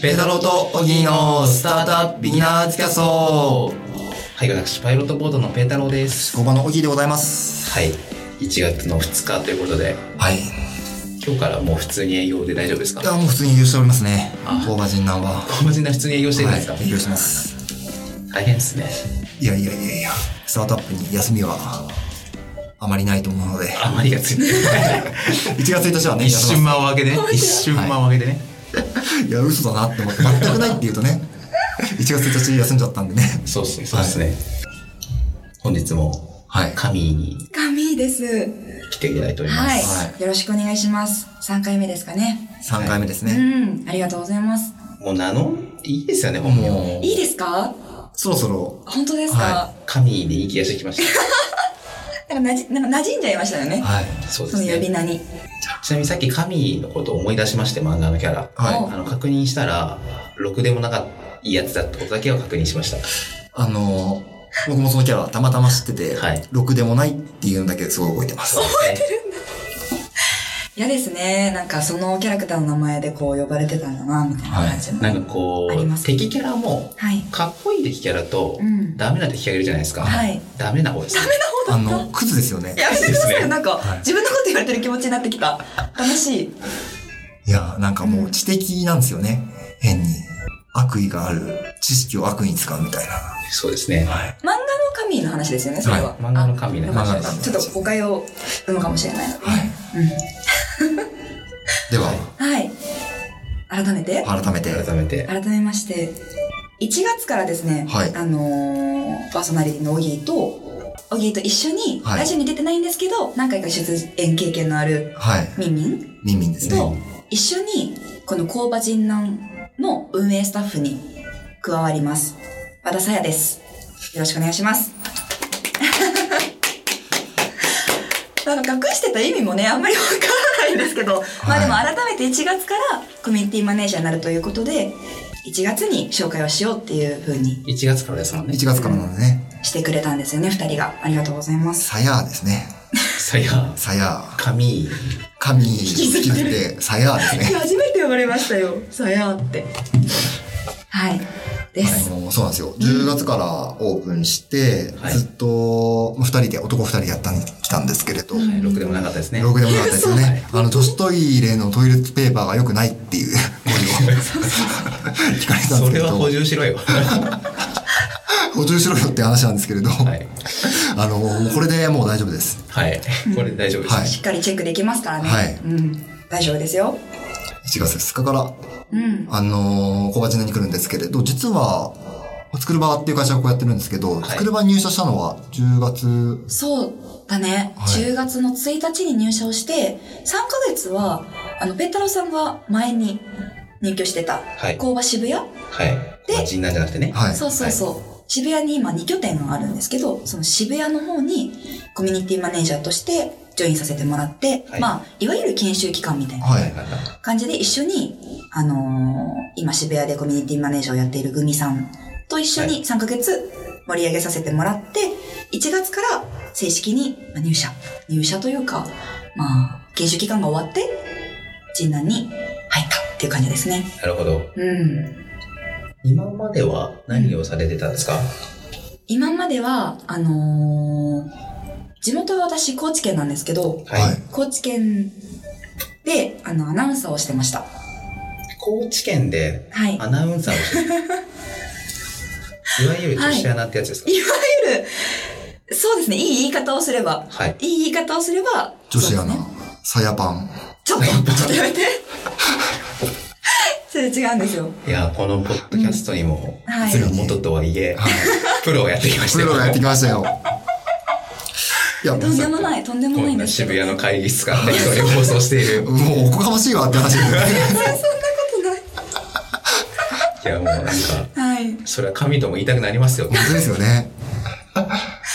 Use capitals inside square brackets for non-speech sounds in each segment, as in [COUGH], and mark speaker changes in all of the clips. Speaker 1: ペダロとオギーのスタートアップビギナーズキャスト
Speaker 2: はい、私、パイロットボードのペータローです。
Speaker 1: 工場のオギーでございます。
Speaker 2: はい、1月の2日ということで、
Speaker 1: はい。い
Speaker 2: 今日からもう普通に営業で大丈夫ですか
Speaker 1: や、もう普通に営業しておりますね
Speaker 2: あ。
Speaker 1: 工場人南は。
Speaker 2: 小文字な普通に営業してるんですか、
Speaker 1: はい営業してます。
Speaker 2: 大変ですね。
Speaker 1: いやいやいやいや、スタートアップに休みはあまりないと思うので、
Speaker 2: あまりがついてない。
Speaker 1: [LAUGHS] 1月1日はね、
Speaker 2: 一瞬
Speaker 1: 休ま
Speaker 2: 間を空けてね。一瞬間を空けてね。
Speaker 1: いや、嘘だなって思って、全くないって言うとね、1月1日休んじゃったんでね。
Speaker 2: そうですね、そうですね。本日も、
Speaker 1: はい
Speaker 2: 神に
Speaker 3: 神です。
Speaker 2: 来ていただいております。
Speaker 3: は。
Speaker 1: はい
Speaker 3: よろしくお願いします。3回目ですかね。
Speaker 1: 3回目です
Speaker 3: う
Speaker 1: ね。
Speaker 3: ん。ありがとうございます。
Speaker 2: もう名乗んいいですよね、本名。
Speaker 1: も
Speaker 3: いいですか
Speaker 1: そろそろ、
Speaker 3: 本当ですか、
Speaker 1: は
Speaker 2: 神でいい気がしてきまし
Speaker 3: なんかなじ、なんか馴染んじゃいましたよね。
Speaker 1: はい。
Speaker 2: た。 [LAUGHS] そうで
Speaker 3: そ
Speaker 2: す
Speaker 3: の呼
Speaker 2: ね。
Speaker 3: び名に。
Speaker 2: ちなみにさっき神のことを思い出しまして、漫画のキャラ。
Speaker 1: はい
Speaker 3: お
Speaker 2: あの、確認したら、ろくでもなかった。いいやつだってことだけは確認しました。
Speaker 1: あのー、僕もそのキャラたまたま知ってて、
Speaker 2: はい
Speaker 1: ろくでもないっていうのだけですごい覚えてます。
Speaker 2: 覚えてる
Speaker 3: 嫌ですね。なんかそのキャラクターの名前でこう呼ばれてたんだな、みたいな感じの。
Speaker 2: なんかこ
Speaker 3: ありま
Speaker 2: う、
Speaker 3: す
Speaker 2: 敵キャラも、
Speaker 3: はい。
Speaker 2: かっこいい敵キャラと
Speaker 3: う、ん。
Speaker 2: ダメな敵キャラいるじゃないですか。
Speaker 3: はい。
Speaker 2: ダメな方
Speaker 3: [LAUGHS]
Speaker 2: ですね。
Speaker 1: あの、クズですよね。
Speaker 3: やめてくだ
Speaker 2: で
Speaker 3: さ
Speaker 2: すね
Speaker 3: い。なんか、
Speaker 1: はい
Speaker 3: 自分のこと言われてる気持ちになってきた。楽しい。
Speaker 1: いや、なんかもう知的なんですよね。変に。悪意がある。知識を悪意に使うみたいな。
Speaker 2: そうですね。
Speaker 1: はい。
Speaker 3: 漫画の神の話ですよね、それは。
Speaker 1: は
Speaker 2: 漫画の神の
Speaker 3: あよか
Speaker 2: 話
Speaker 3: っ
Speaker 2: で
Speaker 3: た
Speaker 2: す。
Speaker 3: ちょっと誤解を生むかもしれないので。
Speaker 1: はい。では、
Speaker 3: うん。はい。改めて。
Speaker 1: 改めて。
Speaker 2: 改めて。
Speaker 3: 改めまして1月からですね、
Speaker 1: はい
Speaker 3: あのーパーソナリティのオギーとオギーと一緒に、
Speaker 1: はい
Speaker 3: ラジオに出てないんですけど何回か出演経験のある
Speaker 1: はい。
Speaker 3: ミンミン
Speaker 1: ミンミンです
Speaker 3: と
Speaker 1: ね。
Speaker 3: 一緒にこの工場人南の運営スタッフに加わります和田さやですよろしくお願いします [LAUGHS] なんか隠してた意味もねあんまりわからないんですけど、まあでも
Speaker 1: は
Speaker 3: 改めて1月からコミュニティマネージャーになるということで1月に紹介をしようっていうふうに
Speaker 2: 1月からですもんね
Speaker 1: 1。月からなのでね、
Speaker 3: してくれたんですよね2人がありがとうございます
Speaker 1: さやーですね。
Speaker 2: さや、
Speaker 1: さやー。
Speaker 2: 神。
Speaker 1: 神引きずって、さやーですね。
Speaker 3: 初めて呼ばれましたよさやってはいです、
Speaker 1: あのそうなんですよ。10月からオープンして、
Speaker 2: はい
Speaker 1: ずっと、まあ二人で、男二人でやったん来たんですけれど、
Speaker 2: はいろくでもなかったですね。
Speaker 1: ログでもなかったですよ
Speaker 2: [LAUGHS] そう
Speaker 1: ね。あの、女子トイレのトイレットペーパーが良くないっていう声を聞かれたん
Speaker 2: [LAUGHS]
Speaker 1: で
Speaker 2: そ
Speaker 1: すけ
Speaker 2: れ
Speaker 1: れ
Speaker 2: は
Speaker 1: ど
Speaker 2: 補、充しろよ。は
Speaker 1: 補充しろよって話なんですけれど、
Speaker 2: い。
Speaker 1: あの、もうこれでもう大丈夫です。
Speaker 2: はい。これで大丈夫です。
Speaker 1: はい
Speaker 3: しっかりチェックできますからね、
Speaker 1: はい
Speaker 3: うん、大丈夫ですよ
Speaker 1: 1月2日から、
Speaker 3: うん
Speaker 1: あの、小鉢菜に来るんですけれど、実は、つくるばっていう会社がこうやってるんですけど、
Speaker 2: い
Speaker 1: つくるばに入社したのは10月、
Speaker 3: そうだね、
Speaker 1: はい
Speaker 3: 10月の1日に入社をして3ヶ月はあのペッタロさんが前に入居してた
Speaker 2: はい。
Speaker 3: 工場渋谷、
Speaker 2: はい。
Speaker 3: で
Speaker 2: まあ人なんじゃなくてね。
Speaker 1: はい。
Speaker 3: そうそうそう、渋谷に今2拠点があるんですけどその渋谷の方にコミュニティマネージャーとしてジョインさせてもらって、
Speaker 2: はい
Speaker 3: まあいわゆる研修期間みたいな
Speaker 1: は
Speaker 2: はいい。。はいは
Speaker 3: 感じで一緒に、あのー今渋谷でコミュニティマネージャーをやっているグミさんと一緒
Speaker 2: は
Speaker 3: に3ヶ月盛り上げさせてもらって、1月から正式にまあ入社、入社というか、まあ、研修期間が終わって、神南に入ったっていう感じですね。
Speaker 2: いなるほど。
Speaker 3: うん。
Speaker 2: 今までは何をされてたんですか
Speaker 3: 今までは、あのー地元は私高知県なんですけど、
Speaker 1: は
Speaker 2: はいい。
Speaker 3: 高知県で、あの、アナウンサーをしてました。
Speaker 2: 高知県で
Speaker 3: はい。
Speaker 2: アナウンサーをしてるいわゆる女子アナってやつですか
Speaker 3: いわゆる、そうですね、いい言い方をすれば、
Speaker 2: はい。
Speaker 3: いい言い方をすれば、
Speaker 1: 女子ア
Speaker 3: そうで
Speaker 1: ナ
Speaker 3: すね、
Speaker 1: さやパン。
Speaker 3: ちょっと、
Speaker 1: [LAUGHS]
Speaker 3: ちょっとやめて。 [LAUGHS] それ違うんですよ。
Speaker 2: いや、このポッドキャストにも、
Speaker 3: うんはい
Speaker 2: それは元とはいえ、プロをやってきまし
Speaker 1: プ
Speaker 2: たよ。
Speaker 1: ロがやってきましたよ。いや、も
Speaker 3: とんでもない、とんでも
Speaker 2: [LAUGHS] こ
Speaker 3: ない
Speaker 2: ん
Speaker 3: ん
Speaker 2: な
Speaker 3: ですけど
Speaker 2: 渋谷の会議室から一人放送している。
Speaker 1: うおこがましいわって話ですね。
Speaker 2: いや、もうなんか、
Speaker 3: はい。
Speaker 2: それは神とも言いたくなりますよ。
Speaker 1: 本当ですよね。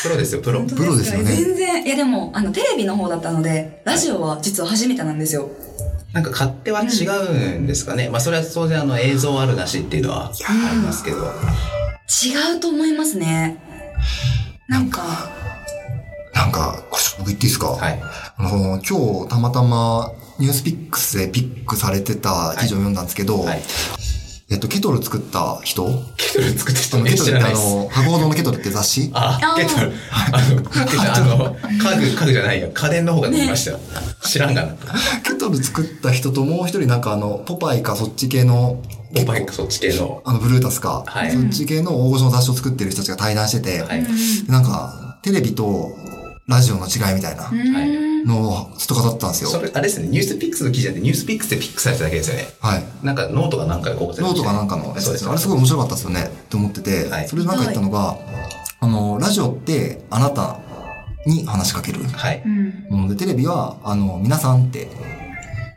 Speaker 2: プロですよ、プロ
Speaker 3: 本。当
Speaker 1: プロですよね
Speaker 3: 全然、いやでも、あの、テレビの方だったので、ラジオは実は初めてなんですよ。
Speaker 2: なんか勝手は違うんですかね。まあ、それは当然あの映像あるなしっていうのはありますけど。
Speaker 3: 違うと思いますね。なんか、
Speaker 1: なんか、これ僕言っていいですか、
Speaker 2: はい。
Speaker 1: あの、今日たまたまニュースピックスでピックされてた記事を読んだんですけど、
Speaker 2: はい。
Speaker 1: えっと、ケトル作った人
Speaker 2: ケトル作って
Speaker 1: あ
Speaker 2: た
Speaker 1: の、
Speaker 2: の
Speaker 1: ケト
Speaker 2: 知
Speaker 1: ル
Speaker 2: ら
Speaker 1: って
Speaker 2: ない
Speaker 1: あ
Speaker 2: です。
Speaker 1: の、箱堂のケトルって
Speaker 2: [LAUGHS]
Speaker 1: 雑誌
Speaker 2: あ、
Speaker 3: あー
Speaker 2: ケトル。あの、ケトルあの、家具、家具じゃないよ。家電の方が飲みましたよ。知らんがな。
Speaker 1: ケトル作った人ともう一人なんかあの、ポパイかそっち系の、
Speaker 2: ポパイかそっち系の。
Speaker 1: あの、ブルータスか、
Speaker 2: はい
Speaker 1: そっち系の大御所の雑誌を作ってる人たちが対談してて、
Speaker 2: は
Speaker 3: う
Speaker 2: い
Speaker 3: ん。
Speaker 1: でなんか、テレビとラジオの違いみたいな
Speaker 2: はい
Speaker 3: うん
Speaker 1: のをずっと語ってたんです
Speaker 2: そ
Speaker 1: よ。
Speaker 2: れ、あれですね、ニュースピックスの記事じゃなくて、ニュースピックスでピックされただけですよね。
Speaker 1: はい。
Speaker 2: なんかノートが何回か起こ
Speaker 1: ノートかなんかのやつ
Speaker 2: そう
Speaker 1: で
Speaker 2: ですす。
Speaker 1: よあれすごい面白かったですよねって思ってて、
Speaker 2: はい
Speaker 1: それでなんか言ったのが、あの、ラジオってあなたに話しかける。
Speaker 2: はい。
Speaker 3: うん
Speaker 1: もので、テレビは、あの、皆さんって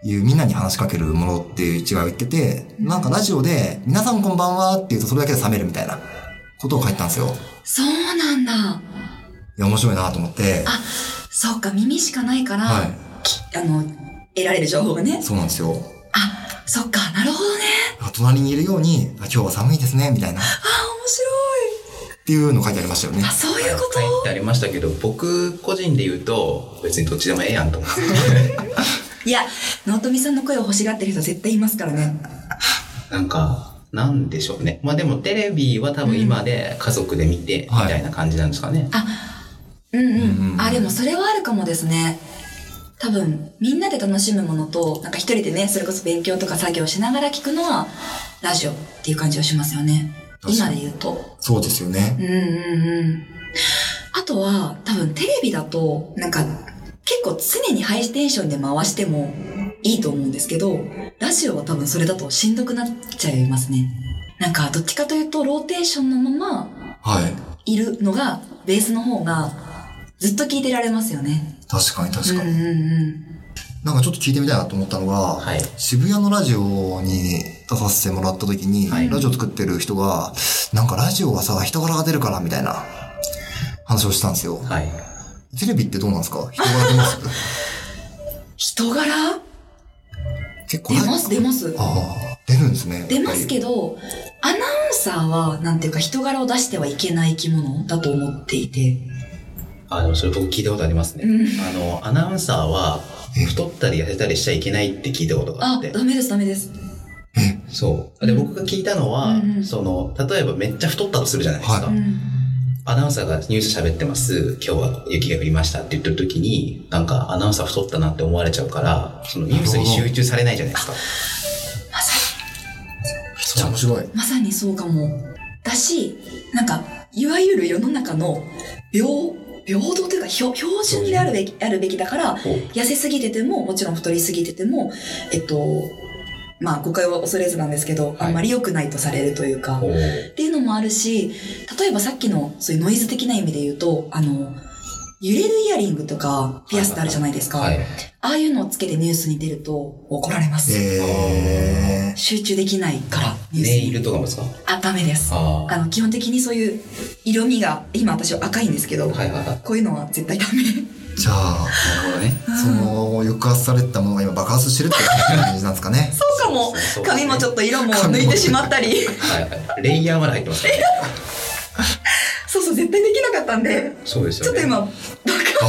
Speaker 1: いう、みんなに話しかけるものっていう違いを言ってて、なんかラジオで、皆さんこんばんはって言うとそれだけで冷めるみたいなことを書いてたんですよ。
Speaker 3: そうなんだ。
Speaker 1: いや、面白いなと思って、
Speaker 3: あ、そうか、耳しかないから、
Speaker 1: は
Speaker 3: きあの、得られる情報がね
Speaker 1: い。。そうなんですよ。
Speaker 3: あ、そっか、なるほどね。
Speaker 1: 隣にいるように、あ今日は寒いですね、みたいな。っ
Speaker 3: あ、面白い。
Speaker 1: ていうの書いてありましたよね
Speaker 3: あ、。そういうこ
Speaker 2: 書い
Speaker 3: と
Speaker 2: てありましたけど、僕個人で言うと、別にどっちでもええやんと思って。
Speaker 3: いや、納富さんの声を欲しがってる人絶対いますからね。
Speaker 2: なんか、なんでしょうね。まあでもテレビは多分今で家族で見て、み
Speaker 1: はい
Speaker 2: たいな感じなんですかね。
Speaker 3: うんうん。
Speaker 1: うん
Speaker 3: あ、でもそれはあるかもですね。多分、みんなで楽しむものと、なんか一人でね、それこそ勉強とか作業しながら聞くのは、ラジオっていう感じはしますよね。
Speaker 1: 確か
Speaker 3: 今
Speaker 1: に
Speaker 3: で言うと。
Speaker 1: そうですよね。
Speaker 3: うんうんうん。あとは、多分テレビだと、なんか、結構常にハイテンションで回してもいいと思うんですけど、ラジオは多分それだとしんどくなっちゃいますね。なんか、どっちかというと、ローテーションのまま
Speaker 1: はい。
Speaker 3: いるのが、ベースの方が、ずっと聞いてられますよね。
Speaker 1: 確かに確か
Speaker 3: うん
Speaker 1: に。
Speaker 3: うん
Speaker 1: なんかちょっと聞いてみたいなと思ったのが、
Speaker 2: はい。
Speaker 1: 渋谷のラジオに出させてもらった時に、
Speaker 2: はい
Speaker 1: ラジオ作ってる人が、なんかラジオはさ、人柄が出るから、みたいな話をしたんですよ。
Speaker 2: はい。
Speaker 1: テレビってどうなんですか人柄出ます
Speaker 3: [LAUGHS] うん。人柄
Speaker 1: 結構
Speaker 3: 出ます出ます。
Speaker 1: ああ、出るんですね。
Speaker 3: 出ますけ
Speaker 1: ど。
Speaker 3: ど、アナウンサーは、なんていうか人柄を出してはいけない生き物だと思っていて。
Speaker 2: あ、でもそれ僕聞いたことありますね。
Speaker 3: うん
Speaker 2: あの、アナウンサーは、太ったり痩せたりしちゃいけないって聞いたことがあ
Speaker 3: あ
Speaker 2: って、。
Speaker 3: ダメです、ダメです。
Speaker 2: そう。で、僕が聞いたのは、
Speaker 3: うんうん
Speaker 2: その、例えばめっちゃ太ったとするじゃないですか。
Speaker 1: は
Speaker 2: アナウンサーがニュース喋ってます、今日は雪が降りましたって言ってる時に、なんかアナウンサー太ったなって思われちゃうから、そのニュースに集中されないじゃないですか。
Speaker 3: まさ
Speaker 1: めっちゃ面白い。
Speaker 3: に、まさにそうかも。だし、なんか、いわゆる世の中の平、平等というか、ひょ標準であるべき、あるべきだから、
Speaker 2: こう
Speaker 3: 痩せすぎてても、もちろん太りすぎてても、えっと、まあ、誤解は恐れずなんですけど、あんまり良くないとされるというか、
Speaker 2: こう
Speaker 3: っていうのもあるし、例えばさっきの、そういうノイズ的な意味で言うと、あの、揺れるイヤリングとか、ピアスってあるじゃないですか。
Speaker 2: はい。
Speaker 3: ああいうのをつけてニュースに出ると、怒られます。
Speaker 1: え
Speaker 3: 集中できないから、ニュース
Speaker 2: ネ
Speaker 3: に
Speaker 2: イルとかもですか
Speaker 3: あ、ダメです。
Speaker 2: あ
Speaker 3: あの、基本的にそういう色味が、今私は赤いんですけ
Speaker 2: あ。
Speaker 3: ど、
Speaker 2: はいはいはい。
Speaker 3: こういうのは絶対ダメ。
Speaker 1: ー、じゃあ、
Speaker 2: なるほどね。
Speaker 1: その、抑圧されてたものが今爆発してるって感じなんですかね。
Speaker 3: [LAUGHS] そうかも。
Speaker 2: そうですね
Speaker 3: 髪もちょっと色も抜いてしまったり。
Speaker 2: はいはい。レイヤーまで入ってますからね。
Speaker 3: [LAUGHS] そうそう、絶対できなかったんで、
Speaker 2: そうです
Speaker 3: ちょ
Speaker 2: よ
Speaker 3: っと
Speaker 2: ね。
Speaker 3: 今、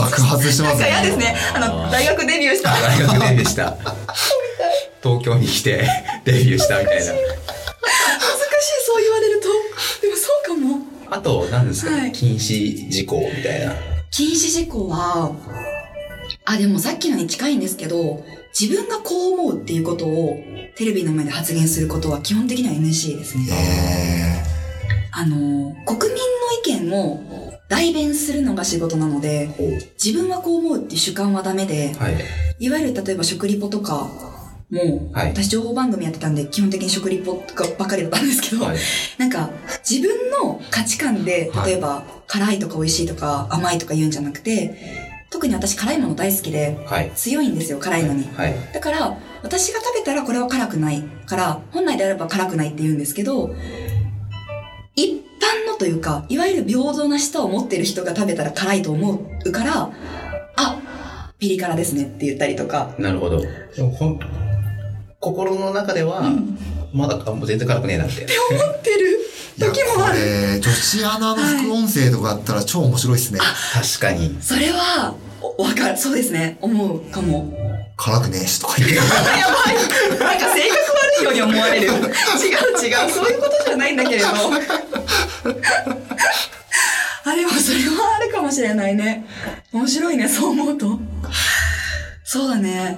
Speaker 1: 爆発して
Speaker 3: な
Speaker 1: ま
Speaker 3: ん
Speaker 1: す
Speaker 3: か
Speaker 1: ね。
Speaker 3: 嫌ですね。あの、大学デビューした。
Speaker 2: 大学デビューした。東京に来てデビューしたみたいな。
Speaker 3: 恥ずかしい、そう言われると。でもそうかも。
Speaker 2: あと、何ですか、
Speaker 3: はい
Speaker 2: 禁止事項みたいな。
Speaker 3: 禁止事項は、あ、でもさっきのに近いんですけど、自分がこう思うっていうことをテレビの前で発言することは基本的には NC ですね。
Speaker 1: え
Speaker 3: あの、国民の意見を代弁するのが仕事なので、
Speaker 2: こう
Speaker 3: 自分はこう思うっていう主観はダメで、
Speaker 2: はい。
Speaker 3: いわゆる例えば食リポとか、もう、
Speaker 2: はい
Speaker 3: 私情報番組やってたんで、基本的に食リポとかばかりだったんですけど、
Speaker 2: はい。
Speaker 3: なんか、自分の価値観で、
Speaker 1: はい
Speaker 3: 例えば、辛いとか美味しいとか甘いとか言うんじゃなくて、特に私辛いもの大好きで、
Speaker 2: はい。
Speaker 3: 強いんですよ、辛いのに。
Speaker 2: はい。
Speaker 3: だから、私が食べたらこれは辛くないから、本来であれば辛くないって言うんですけど、一般のというか、いわゆる平等な舌を持ってる人が食べたら辛いと思うから、あ、ピリ辛ですねって言ったりとか。
Speaker 2: なるほど。でもほん心の中では、まだあもう全然辛くねえなって。
Speaker 3: 持ってる
Speaker 1: ー、いや、
Speaker 3: 時もあ
Speaker 1: こ
Speaker 3: る。
Speaker 1: れ、女子アナの副音声とかだったら超面白いですね。
Speaker 2: 確かに。
Speaker 3: それは、おわかる、そうですね、思うかも。
Speaker 1: 辛くねえしとか言って。
Speaker 3: やばいなんか性格悪いように思われる。違う違う。違う、そういうことじゃないんだけれど。あ、でもそれはあるかもしれないね。面白いね、そう思うと。そうだね。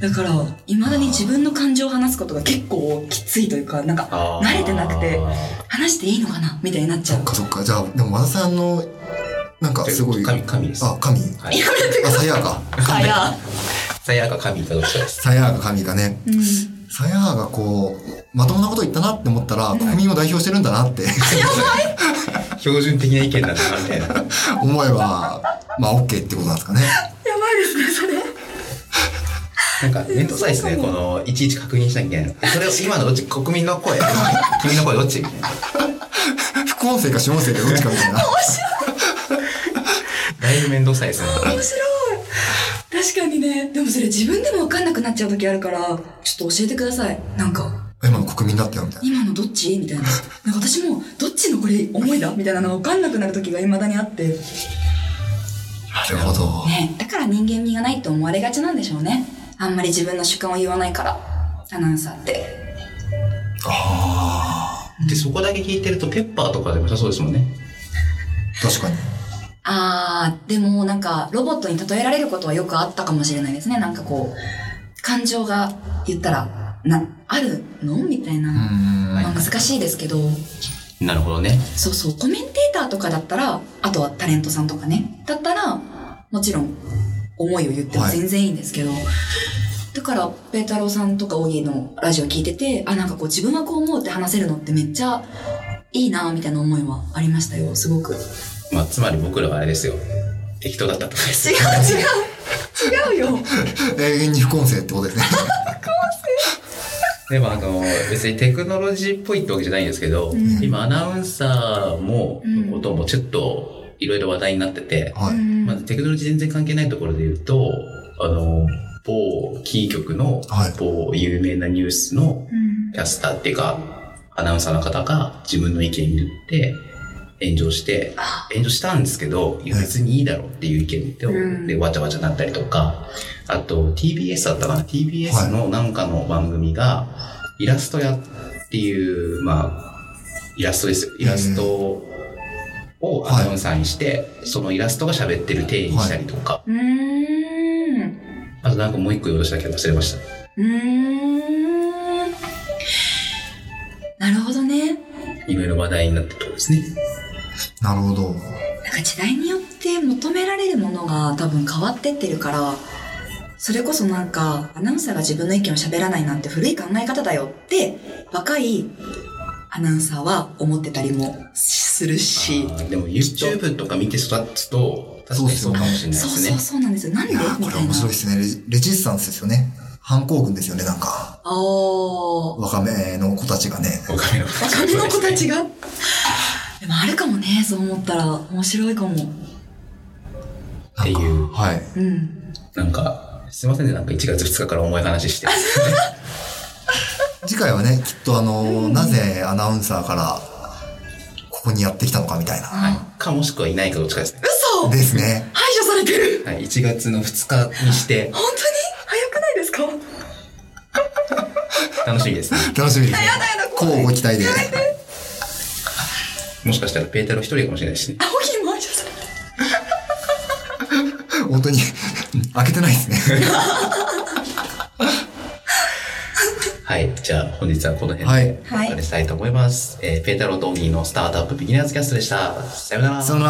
Speaker 3: だから、未だに自分の感情を話すことが結構きついというか、なんか、
Speaker 2: あー
Speaker 3: 慣れてなくて話していいのかなみたいになっち
Speaker 1: そ
Speaker 3: ゃう
Speaker 1: っ。かそっか。じゃあ、でも和田さんの、なんかすごい。
Speaker 2: 神、神です。
Speaker 1: あ、神。
Speaker 2: はい。
Speaker 1: あ、さやか。[LAUGHS]
Speaker 3: あ、いや。
Speaker 2: さやか神かどっちかです。
Speaker 1: さやが神がね。
Speaker 3: うん。
Speaker 1: さやがこう、まともなこと言ったなって思ったら、国民を代表してるんだなって [LAUGHS]
Speaker 2: 標準的な意見なんだな、みたいな。
Speaker 1: 思えば、まあ OK ってことなんですかね。
Speaker 3: やばいですね、それ。
Speaker 2: なんか、面倒くさいですね。この、いちいち確認しなきゃいけないの。えそれを、今のどっち国民の [LAUGHS] 声君の声どっちみたいな。
Speaker 1: 副音声か主音声かどっちかみたいな。
Speaker 2: だいぶ面倒くさいですね。
Speaker 3: 面白い確かにねでもそれ自分でも分かんなくなっちゃう時あるからちょっと教えてくださいなんか
Speaker 1: 今の国民だったよみたいな。
Speaker 3: 今のどっちみたいななんか私もどっちのこれ思いだみたいなのが分かんなくなる時が未だにあって、ね、
Speaker 1: なるほど。
Speaker 3: だから人間味がないと思われがちなんでしょうねあんまり自分の主観を言わないからアナウンサーって
Speaker 1: あ
Speaker 2: で、そこだけ聞いてると、ペッパーとかでも良さそうですもんね。
Speaker 1: あ、確かに。
Speaker 3: あーでもなんかロボットに例えられることはよくあったかもしれないですねなんかこう感情が言ったらなあるのみたいな、
Speaker 1: うーん。
Speaker 3: まあ、難しいですけど、
Speaker 2: なるほどね。
Speaker 3: そうそう、コメンテーターとかだったら、あとはタレントさんとかね、だったら、もちろん、思いを言っても
Speaker 1: はい
Speaker 3: 全然いいんですけど、だから、ペータローさんとかオギーのラジオ聞いてて、あ、なんかこう自分はこう思うって話せるのってめっちゃいいなみたいな思いはありましたよ、すごく。違う
Speaker 2: まあ、つまり僕らはあれですよ。適当だったとかです。
Speaker 3: 違う違うよ
Speaker 1: 永遠に副音声ってことですね。
Speaker 2: でもあの、別にテクノロジーっぽいってわけじゃないんですけど、
Speaker 3: うん
Speaker 2: 今アナウンサーも
Speaker 3: うん、
Speaker 2: こともちょっといろいろ話題になってて、
Speaker 1: は
Speaker 3: う
Speaker 1: い。
Speaker 3: ん
Speaker 2: まあ、テクノロジー全然関係ないところで言うと、あの、某キー局の
Speaker 1: はい、
Speaker 2: 某有名なニュースの
Speaker 3: うん
Speaker 2: キャスターっていうか、アナウンサーの方が自分の意見言って、炎上して、
Speaker 3: あ
Speaker 2: 炎上したんですけど、いや別にいいだろうっていう意見で、
Speaker 3: うん
Speaker 2: でわちゃわちゃなったりとか、あと TBS だったかな、TBS のなんかの番組が、イラスト屋っていう、まあ、イラストですよ。イラストをアナウンサーにして、そのイラストが喋ってる体にしたりとか、
Speaker 3: うーん。
Speaker 2: あとなんかもう一個用意したけど忘れました。
Speaker 3: うーん。なるほどね。
Speaker 2: いろいろ話題になってるところですね。
Speaker 1: なるほど。
Speaker 3: なんか時代によって求められるものが多分変わってってるから、それこそなんか、アナウンサーが自分の意見を喋らないなんて古い考え方だよって、若いアナウンサーは思ってたりもするし。
Speaker 2: あーでも YouTube とか見て育つと、確かにそうかもしれないで
Speaker 3: そう
Speaker 2: す
Speaker 3: そう
Speaker 2: ね。
Speaker 3: そうなんですよ。なん
Speaker 1: い
Speaker 3: で
Speaker 1: や
Speaker 3: みたい
Speaker 1: ー
Speaker 3: な。
Speaker 1: これ面白いですね。レジレジスタンスですよね。反抗軍ですよね、なんか。
Speaker 3: あー。
Speaker 1: 若めの子たちがね。
Speaker 2: お金の [LAUGHS] 子
Speaker 3: 若めの子たちが。でもあるかもね、そう思ったら。面白いかも。
Speaker 1: なんか
Speaker 2: っていう
Speaker 1: はい。
Speaker 3: うん。
Speaker 2: なんか、すいませんね、なんか1月2日から重い話
Speaker 1: [LAUGHS]
Speaker 2: して。
Speaker 1: 次回はね、きっとあのー、なぜアナウンサーから、ここにやってきたのかみたいな。
Speaker 3: あ
Speaker 2: か、もしくはいないかどっちかですね。
Speaker 3: 嘘
Speaker 1: ですね。
Speaker 3: 排除されてる
Speaker 2: はい、1月の2日にして、
Speaker 3: 本当に早くないですか
Speaker 2: 楽しみですね。
Speaker 1: 楽しみですね。
Speaker 3: やだ
Speaker 1: こう
Speaker 3: 怖い
Speaker 1: ご期待で。
Speaker 2: もしかしたらペータロ一人かもしれないしね。
Speaker 3: 青ひも排除されてる
Speaker 1: 本当に、 [LAUGHS] 開けてないです
Speaker 3: [LAUGHS]
Speaker 1: ね。
Speaker 2: はい、じゃあ本日はこの辺で、
Speaker 1: はい
Speaker 2: お別れしたいと思います。えーペータロとオギーのスタートアップビギナーズキャストでした。さようなら。
Speaker 1: そのな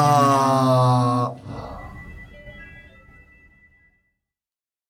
Speaker 1: ら